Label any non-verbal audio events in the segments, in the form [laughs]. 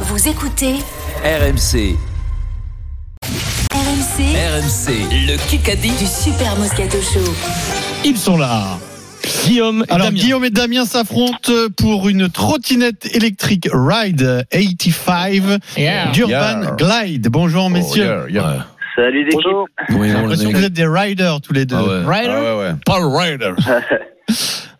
Vous écoutez RMC, RMC RMC, le Kikadi du Super Moscato Show. Ils sont là. Guillaume et Alors Damien. Guillaume et Damien s'affrontent pour une trottinette électrique Ride 85 Yeah. d'Urban Yeah. Oh, Glide. Bonjour messieurs. Oh, Yeah, yeah. Salut l'équipe. J'ai l'impression que vous êtes des riders tous les deux. Ryder Ah ouais, ouais.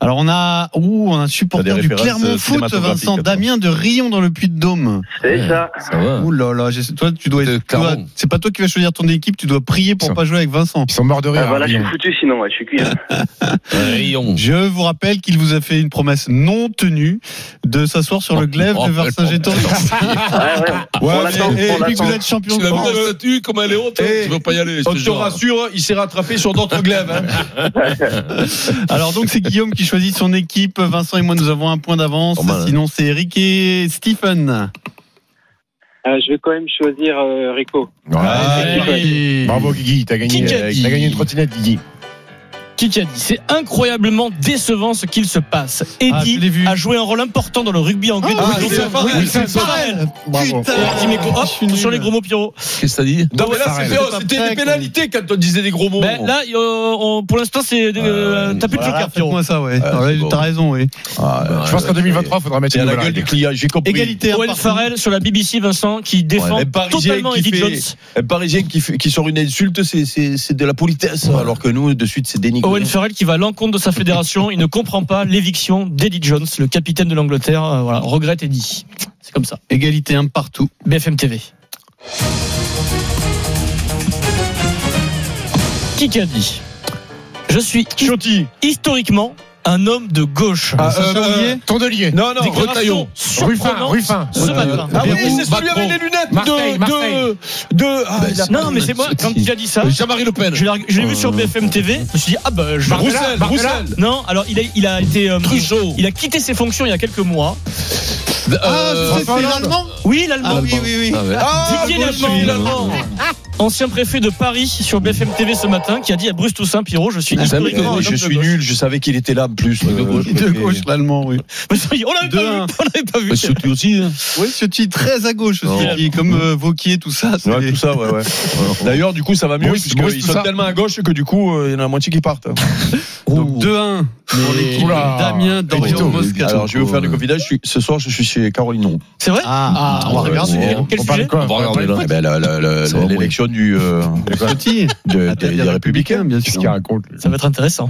Alors on a ouh, on a un supporter T'as des du références, Clermont euh, Foot cinématographiques, Vincent toi. Damien de Rion dans le Puy-de-Dôme. C'est ça. Ça va. Ouh là là, j'ai- toi tu dois, Ah. De tu dois- Clermont. c'est pas toi qui vas choisir ton équipe, tu dois prier pour Ça. pas jouer avec Vincent. Ils sont morts de rire. Ah, voilà, hein, je suis Lyon. foutu sinon, ouais, je suis cuit. [laughs] hein. Je vous rappelle qu'il vous a fait une promesse non tenue de s'asseoir sur le glaive de [laughs] Vercingétorix. Ah, Ouais, ouais. Ouais, on l'attend, mais- on et puis que l'attend. vous êtes champion Tu de l'as vu France. la euh, statue, comme elle est hein. haute, Eh, tu veux pas y aller. je Oh. On te te jure. rassure, il s'est rattrapé sur [laughs] d'autres glaives. hein. Alors donc c'est Guillaume qui choisit son équipe. Vincent et moi nous avons un point d'avance. Normal, hein. Sinon c'est Eric et Stephen. Euh, je vais quand même choisir euh, Rico. Voilà. Allez. Bravo Guigui, t'as gagné, Kikadi. euh, t'as gagné une trottinette Guigui. Qui qui a dit C'est incroyablement décevant ce qu'il se passe. Ah, je l'ai Eddie vu. a joué un rôle important dans le rugby anglais. Ah, depuis Wilson longtemps. Farrell. Wilson Wilson Farrell. Bravo. Et on dit, mais quoi- Je suis hop, nul. sur les gros mots Pierrot. Qu'est-ce que t'as dit Non, mais là, Farrell. c'était- C'est pas Ah, c'était prêt, des pénalités quand on disait des gros mots. Ben, là, euh, on- pour l'instant, c'est euh, t'as plus de Voilà, joker Pierrot. faites-moi ça ouais. Ah, Alors là, c'est bon. T'as raison oui. Ah, je pense qu'en 2023, faudra mettre C'est à une la nouvelle gueule du règle. client, j'ai compris. Égalité un Owen partout. Farrell sur la BBC Vincent qui défend Ouais, mais Parisien totalement qui Eddie fait- Jones. Un Parisien qui, fait- qui sort une insulte, c'est- c'est c'est de la politesse, alors que nous, de suite, c'est dénigré. Owen Farrell qui va à l'encontre de sa fédération. Il ne comprend pas l'éviction d'Eddie Jones, le capitaine de l'Angleterre. Euh, Voilà, regrette Eddie. C'est comme ça. Égalité un partout. BFM TV. Qui qu'a dit Je suis hi- Chotti. historiquement un homme de gauche. Ah, Sacha euh, Ollier euh, Tondelier. Non, non, Déclaration retaillons. Ruffin, surprenante Ruffin. ce matin. Ah oui, Bayrou, c'est celui Macron. avec les lunettes Marseille, de, Marseille. de, de- ah, il a- Non, mais c'est moi, quand il a dit ça, Jean-Marie Le Pen. je l'ai je l'ai vu Euh, sur BFM TV, je me suis dit, ah bah, je Roussel, Bardella. Roussel. Non, alors il a, il a été. euh, Truchot. Il a quitté ses fonctions il y a quelques mois. Euh, Ah c'est- c'est François Hollande. l'allemand. Oui, Ah l'allemand. oui oui oui. Ah, Didier moi, je suis Lallemand. Lallemand. Ancien préfet de Paris sur BFM TV ce matin qui a dit à Bruce Toussaint, Pierrot, je suis Vous savez, historiquement. un Ah, bah Je homme de suis gauche. nul, je savais qu'il était là en plus. euh, De Et De gauche l'allemand oui. On l'avait De pas un. vu. On l'avait pas vu. Chotti aussi. hein. Oui ce titre très à gauche aussi Non. qui est comme euh, Vauquier tout ça. c'est- Ouais, tout ça, [laughs] ouais, ouais. D'ailleurs, du coup, ça va mieux, Bruce, Bruce, puisqu'ils tout sont ça. tellement à gauche que du coup, euh, il y en a la moitié qui partent. Donc 2-1 pour l'équipe de Oula. Damien Édito, Dorian Mosca. Alors, je vais vous faire du confidence. je suis- Ce soir, je suis chez Caroline Roux. C'est vrai Ah, Ah, on va ouais, regarder. ouais. Quel On parle sujet de quoi On va On parle regarder, de là. quoi Eh ben, la- la- la- Ça va, L'élection du. euh, Petit. de- Ah, des, des des républicains, républicains. bien Qu'est-ce sûr. qu'il raconte Ça va être intéressant.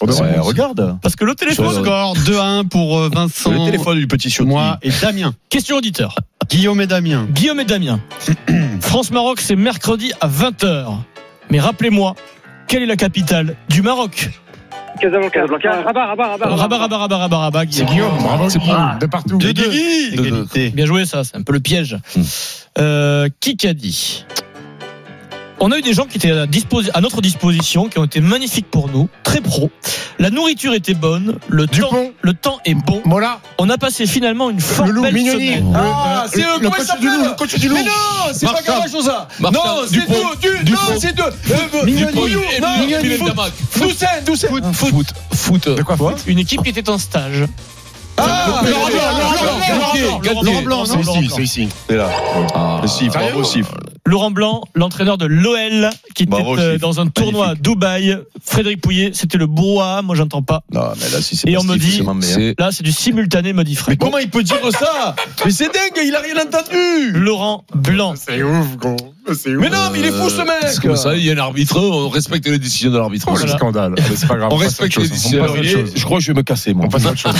Ouais, regarde. Parce que le Au téléphone. Score 2-1 pour euh, Vincent. Le téléphone du petit Chotti. Moi et Damien. Question auditeur. Guillaume et Damien. Guillaume et Damien. France-Maroc, c'est mercredi à 20h. Mais rappelez-moi, quelle est la capitale du Maroc Casablanca. Casablanca. Ah, Rabat, Rabat, Rabat. Rabat, rabat, rabat, rabat, rabat, C'est Guillaume. Guillaume, bravo. C'est Guillaume, de partout. Deux, deux. Guigui. Égalité. Bien joué, ça, c'est un peu le piège. Mmh. Euh, qui qu'a dit On a eu des gens qui étaient à, disposi- à notre disposition, qui ont été magnifiques pour nous, très pro. La nourriture était bonne, le, temps, Dupont. le temps est bon. Mola, On a passé finalement une fort le loup, belle Mignoni. semaine. Ah, c'est le- le comment il coach du s'appelle loup. Le coach du loup. Mais non, c'est pas Martin. Cavachosa. Martin. Non, c'est Dupont. deux. du- Non, Dupont. c'est deux. Euh, Mignoni. Dupont, Et non, Mignoni. Foot. Tamac. Doucet, Doucet. Foot. Foot. De quoi Foot Une équipe qui était en stage. Ah, Laurent Blanc, Laurent Blanc, Galtier, Laurent Blanc, Galtier. Laurent Blanc, C'est non, Laurent ici, Blanc. c'est ici. C'est là. Ah. Le Sif, Sérieux bravo Sif. Laurent Blanc, l'entraîneur de l'OL, qui était Bravo, euh, Chief. dans un tournoi à Dubaï. Frédéric Pouillet, c'était le brouhaha, moi j'entends pas. Non, mais là, si c'est Et pas on me Sif, dit- c'est ma mère. C'est Là, c'est du simultané, me dit Fred. Mais comment il peut dire ça Mais c'est dingue, il a rien entendu. Laurent Blanc. C'est ouf, gros. C'est ouf. Mais non, mais il est fou ce c'est comme ça, mec. il y a un arbitre, on respecte les décisions de l'arbitre. Oh, le Voilà. scandale. Mais c'est pas grave. On passe à respecte autre les chose. décisions. On passe à autre Il chose. Je crois que je vais me casser, moi. On passe à autre chose.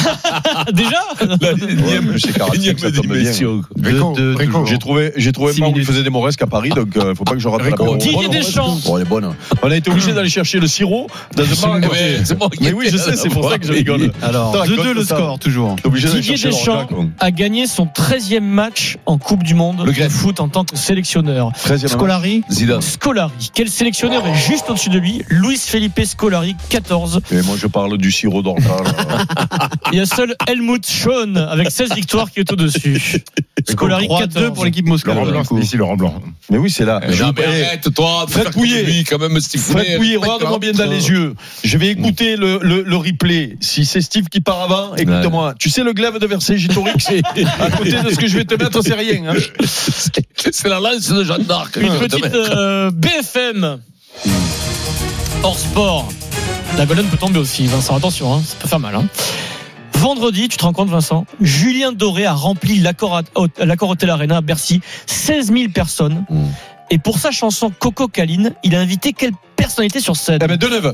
Ah, déjà La énième Ouais, c'est caractère, énième ça tombe bien. dimension. Rico, Deux, deux, Rico. J'ai trouvé, j'ai trouvé Six moi où il minutes. faisait des mauresques à Paris, donc euh, faut pas que je rate la Rico, péro. Didier Deschamps. Bon, elle est bonne. On a été obligé d'aller chercher le sirop dans le bar à côté. Mais c'est moi qui Hum. Mais oui, je sais, c'est pour ça que je rigole. Alors, Putain, 2-2 le ça. score toujours. T'es obligé d'aller Didier chercher le hein. Deschamps. requin, quoi. a gagné son 13e match en Coupe du Monde Le de grec. foot en tant que sélectionneur. 13e Scolari. Zidane. Scolari, quel sélectionneur est juste au-dessus de lui Luis Felipe Scolari, 14. Et moi, je parle du sirop d'Orval. Il y a seul Helmut Schoen avec 16 victoires qui est au-dessus. Scolari, 3-2 14. pour l'équipe Moscou. Laurent Blanc, c'est ici, Laurent Blanc. [laughs] Mais oui, c'est là. Mais Je- non, mais Eh, arrête, toi, de Fred faire Pouillet. comme lui, quand même, Steve Fred Pouillet, regarde-moi bien dans les yeux. Je vais écouter le, le, le replay. Si c'est Steve qui part avant, écoute-moi. Tu sais, le glaive de Versailles, [laughs] c'est à côté de ce que je vais te mettre, c'est rien. hein. C'est la lance de Jeanne d'Arc. Ah, Une petite euh, BFM hors sport. La colonne peut tomber aussi, Vincent. Attention, hein, ça peut faire mal. hein. Vendredi, tu te rends compte, Vincent, Julien Doré a rempli l'accord à- au- l'accord Hôtel Arena à Bercy, 16 000 personnes. Hmm. Mm. Et pour sa chanson Coco Caline, il a invité quelle personnalité sur scène Eh ben, de neuf.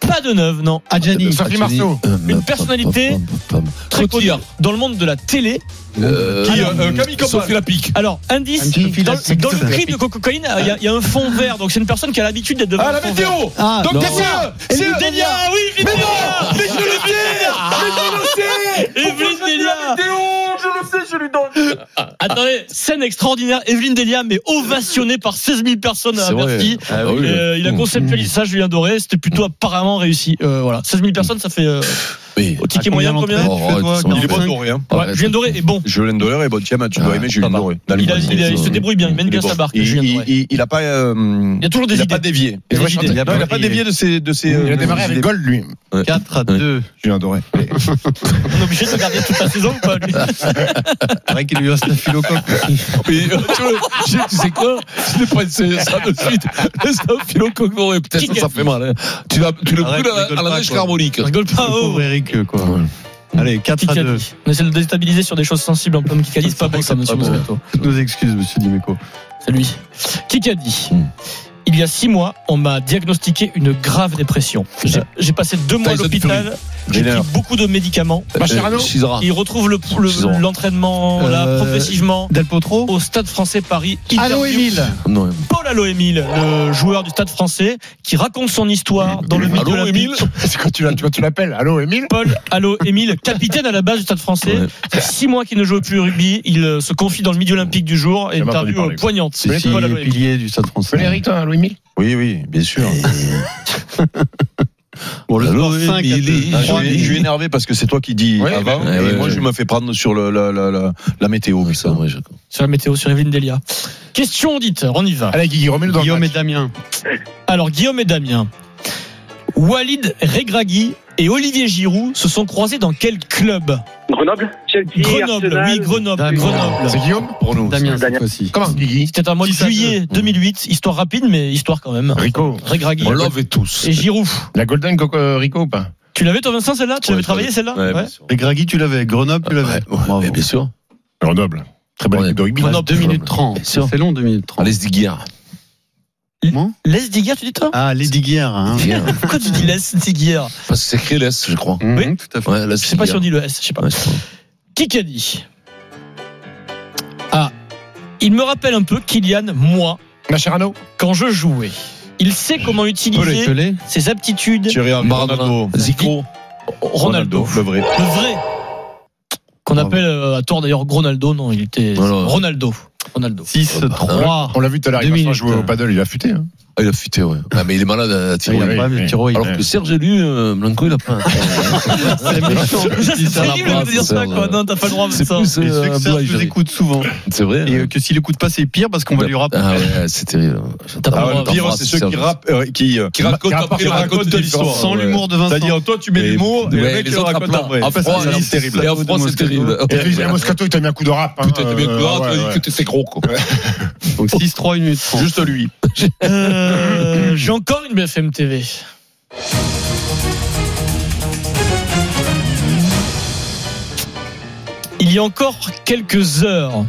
Pas de neuve, non. Adjani. Sophie Marceau. Une personnalité très connue Cotillard. dans le monde de la télé. Euh, Qui, alors, euh, Camille Combal. Sophie Lapic. Alors, indice, Andy, dans, Sophie dans le Lapic. clip de Coco Caline, il y a- il y, a un fond vert. Donc c'est une personne qui a l'habitude d'être devant Ah, le la fond météo vert. Ah, Donc, non. qu'est-ce que c'est C'est Evelyne le Delia, Ah délire oui, Evelyne Mais non Delia Mais je le sais Mais je le sais Evelyne Delia Ah. Attendez, scène extraordinaire. Evelyne Delia, mais ovationnée par 16 000 personnes à C'est vrai. Bercy. Ah oui. Euh, il a conceptualisé ça, Julien Doré. C'était plutôt apparemment réussi. Euh, voilà, 16 000 personnes, ça fait euh, Oui. au ticket moyen combien l'entrée Oh, arrête, Il il est est bon. doré, hein. Ouais, Julien Doré est bon. Julien Doré est bon. Tiens, Matt, tu Ah, dois aimer Julien pas mal. Doré. Il, a- il a- il se débrouille bien, il mène bien sa barque. Julien Doré. Il il- il a pas. euh, Il y a toujours des Il a idées. pas dévié. Des Non, idées. Il a pas dévié de ses. de ses, Il euh, a démarré idées. avec Gold, lui. 4 à 2. Julien Doré. On est obligé de regarder toute la saison ou pas lui C'est vrai qu'il lui reste la philocoque aussi. Mais, euh, tu vois, tu sais- tu sais quoi Je n'ai pas essayé ça de suite. C'est un philo doré. Peut-être que ça fait mal. hein. Tu, l'as- tu le Arrête, brûles à rigole la- à la pas, neige quoi. carbonique. Rigole Le pas, oh pauvre Eric, quoi. Ouais. Allez, 4 à 2. Kikadi. On essaie de le déstabiliser sur des choses sensibles en plein Kikadi. C'est pas bon ça, monsieur Moscato. Toutes nos excuses, monsieur Dimeco. C'est lui. Kikadi. Hmm. Il y a six mois, on m'a diagnostiqué une grave dépression. J'ai- J'ai passé deux mois à Tyson l'hôpital. J'ai pris Miller. beaucoup de médicaments. Machirano Chizra. Il retrouve le- Ils ont- le- l'entraînement le, là Euh, progressivement Del Potro au Stade Français Paris. Allô, Interview. Émile Non. Paul Allo Émile, le joueur du Stade Français, qui raconte son histoire dans le mythe Allô, olympique. Émile C'est quand tu l'as- tu vois, tu l'appelles. Allô, Emile Paul Allo Émile, capitaine à la base du Stade Français. Ouais. Ça fait Six mois qu'il ne joue plus au rugby. Il euh, se confie dans le midi olympique du jour. Et J'en ai entendu interview parler. euh, poignante. C'est Paul Allo le Émile. pilier du Stade français. Tu connais Eric, toi, Allô, Emile Oui, oui, bien sûr. Bon, le Allô, score 5 à Émile. deux. Ah, je, Trois suis, je suis énervé parce que c'est toi qui dis Ouais, avant ouais, et ouais, moi ouais. je me fais prendre sur le, la, la, la, la météo. putain. Sur la météo, sur Evelyne Delia. Question auditeur, on y va. Allez, Guigui, remets-le dans le Guillaume et match. Damien. Alors, Guillaume et Damien. Walid Regragui et Olivier Giroud se sont croisés dans quel club Grenoble Chelsea, Grenoble, Arsenal. oui, Grenoble, Damien. Grenoble. C'est Guillaume Pour nous. Damien, cette Damien. fois-ci. Comment, Guigui C'était un mois de Six à deux. juillet 2008, histoire rapide, mais histoire quand même. Rico. Regragui On love et tous. et Giroud. La Golden Coco euh, Rico ou pas Tu l'avais toi Vincent celle-là Tu Ouais, l'avais je travaillé l'avais. celle-là Ouais, Ouais. bien sûr. Et Gragui, tu l'avais. Grenoble, tu l'avais. Ouais, ouais, Bravo. mais bien sûr. Grenoble. Très bonne Ouais. équipe de rugby. Grenoble, 2 minutes Grenoble. 30. Sûr. C'est long, 2 minutes 30. Allez, Diguière. Comment Laisse Diguerre, tu dis toi Ah, Lady Guerre. Hein. Ah. [laughs] Pourquoi tu dis laisse Diguerre Parce que c'est créé l'Est, je crois. Mhm, Oui. tout à fait. Ouais, l'Est, Je sais pas si on Diguière. dit le S, je sais pas. Ouais, je crois. Qui qu'a dit Ah, il me rappelle un peu Kylian, moi, Machirano quand je jouais. Il sait comment Pelé, utiliser Pelé. ses aptitudes. Thierry Henry, Maradona. Ronaldo, Zico. Ronaldo. le vrai. Le vrai. Qu'on Bravo. appelle euh, à tort d'ailleurs Ronaldo. Non, il était. Non, non. Ronaldo. Ronaldo. 6, 3. Trois. On l'a vu tout à l'heure, il Deux va se minutes. jouer au paddle, il a futé. hein. Ah, il a fuité, ouais. Ah, mais il est malade à Il tirer. n'y a Oui, pas oui, le oui. tiro. il- Alors que Serge, lui, euh, Blanco, il [laughs] a pas. C'est méchant. Ça, Il dit [laughs] C'est ça. terrible de dire ça, quoi. Non, t'as pas le droit, C'est Vincent. plus Et ceux que euh, un Serge blague, nous j'avais. écoute souvent. C'est Et vrai. hein. euh, que s'il écoute pas, c'est pire parce qu'on va lui rappeler. Ah ouais, c'est terrible. T'as pas Ah le ouais, droit. le pire, t'embrasse, c'est ceux Serge. qui, rappent, euh, qui, euh, Qui raconte après le raconte de l'histoire. Sans Ouais. l'humour de Vincent. C'est-à-dire, toi, tu mets Et- l'humour et le ouais, mec, les il le autres raconte à plat. après. À Ça, froid, c'est alors, terrible. Et en France, c'est terrible. Et puis, Moscato, il t'a mis un coup de rap. hein. Putain, t'es bien Euh, cloître, ouais, il ouais. dit que t'étais gros, quoi. Donc 6, 3, 1 minute 30. Juste lui. Euh, J'ai encore une BFM TV. Il y a encore quelques heures.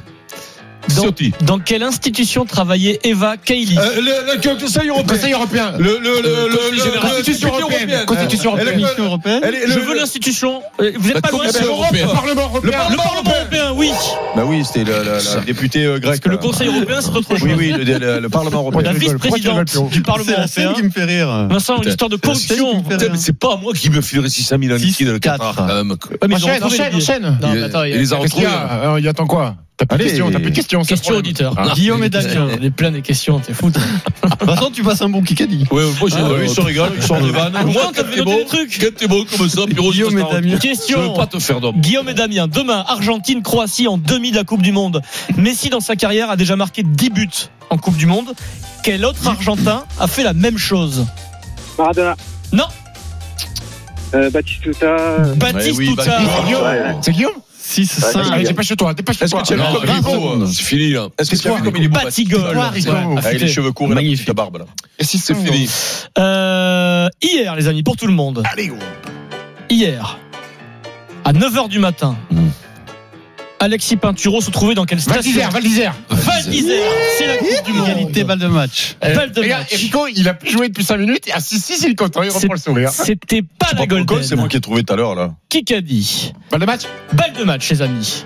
Dans, Ciotti. dans quelle institution travaillait Eva Kaili Euh, Le le Conseil Le Conseil européen. Le, le, le, le, Conseil le- général. le- Constitution le- européenne. le- Constitution Elle est- européenne. Commission européenne. elle est- Euh, Je le- veux l'institution. euh, Vous n'êtes La pas loin. Commission c'est européenne. Le Parlement européen. Le Parlement européen, oui. Bah oui, c'était le, le- le député euh, grec. Parce que le là. Conseil européen, c'est autre chose. Oui, oui, le, le- le Parlement La européen. rigole. Pourquoi tu rigoles, vice-présidente Pierrot du Parlement C'est la scène européen. qui me fait hein. rire. Vincent, une Putain, histoire de c'est la scène qui me corruption. fait Putain, mais c'est pas à moi qui me filerait 600 000 en Six, liquide, le Qatar, quatre. quand même. Ouais, mais ils ont Enchaîne, retrouvé les enchaîne, billets. enchaîne. Non, Il- mais attends, il y il a- les a Qu'est-ce qu'il y retrouvés. hein. a Euh, Il y attend quoi T'as plus de Allez. questions, t'as plus de questions. c'est Question le problème. auditeur. Ah. Guillaume et Putain, Damien. on est plein des questions, t'es fou. toi. Vincent, tu passes un bon Kikadi. Ouais, moi, j'ai- Ah, euh, eux, ils sont rigoles, ils sont de vanne. Moi, t'as fait quand t'es noter bon, des trucs. Quand t'es bon comme ça, Pierrot, je Guillaume te et rends- Damien. Je veux Question. pas te faire d'homme. Guillaume et Damien, demain, Argentine, Croatie en demi de la Coupe du Monde. Messi, dans sa carrière, a déjà marqué 10 buts. en Coupe du Monde. Quel autre Argentin a fait la même chose Maradona. Non. Euh, Batistuta. euh, Baptiste oui, Toutard. Baptiste. Ouais, ouais. Ah. C'est Guillaume 6, 5. Allez, dépêche-toi, dépêche-toi. Est-ce que tu as vu Non, comme il est bravo. beau, euh, C'est fini là. Est-ce que tu as vu comme il est beau Batigol. Toi, Rico. Ouais, Avec affûté. Ah, les cheveux courts et la petite barbe là. C'est fini. Euh, hier, les amis, pour tout le monde. Allez, gros. Hier, à 9h du matin, Mm. Alexis Pinturo se trouvait dans quelle Val station d'Isère, Val d'Isère. Val d'Isère. C'est la Coupe du Monde. Égalité balle de match. Balle de Euh, Regarde, match. Rico, il a plus joué depuis 5 minutes. et À 6-6, il est content, il C'est- reprend le sourire. C'était pas la Golden. C'est moi qui ai trouvé tout à l'heure là. Qui qu'a dit Balle de match Balle de match, les amis.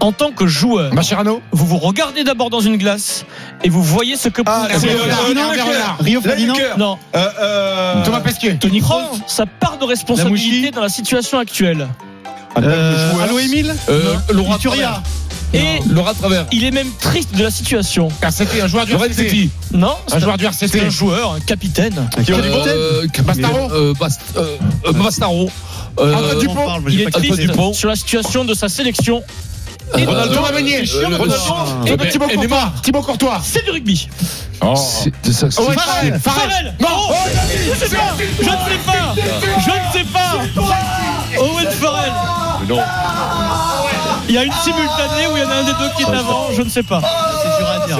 En tant que joueur, Mascherano vous vous regardez d'abord dans une glace et vous voyez ce que Ah, pourrait c'est faire- euh, Ferdinand, Rio Ferdinand Non, Euh, euh, Thomas Pesquet Tony Kroos, sa part de responsabilité dans la situation actuelle. Ah, euh, Allô Emile Euh, Laura Turia Et Laura Travers. il est même triste de la situation. Ah, C'était un joueur du RCT. Lorenzetti. Non Un joueur du C'est RCT. un joueur, un capitaine. Qui est Euh, Bastaro euh, Bast- euh, Ah, euh, bah, Bastaro. Euh, Antoine Ah, Dupont. Il est capté. triste Dupont. sur la situation de sa sélection. euh, Ronaldo euh, Lavagnier. euh, Chiant, le- Ronaldo. Euh, Et ben, mais- Thibaut et Courtois. Thibaut Courtois. Ah, C'est du rugby. C'est c'est ça que c'est. Ouais, Farrell, Farrell, Farrell, non, je ne sais pas, je ne sais pas, je ne sais pas. Owen Farrell. Non. Il y a une simultanée où il y en a un des deux qui est avant, je ne sais pas. C'est dur à dire.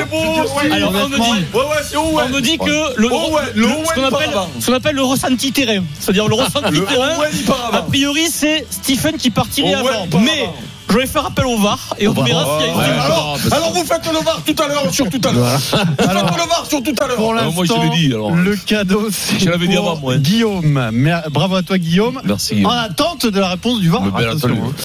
Alors on me dit, Ouais, ouais, c'est on me dit que le, Owen, le- le ce qu'on Owen appelle, par avant. ce qu'on appelle le ressenti terrain, c'est-à-dire le ressenti terrain. Owen par A avant. priori, c'est Stephen qui partirait Owen avant, par mais avant. je vais faire appel au VAR et on verra s'il y a une Ouais, simultanée. alors, parce- Alors vous faites le VAR tout à l'heure sur tout à l'heure. Vous faites le VAR sur tout à l'heure. Pour Ah, moi, je l'instant, l'ai dit, alors. le cadeau c'est Je l'avais dit avant, pour moi. hein. Guillaume. Mer- Bravo à toi Guillaume. Merci. En attente de la réponse du VAR. Mais bien Attention, entendu. hein.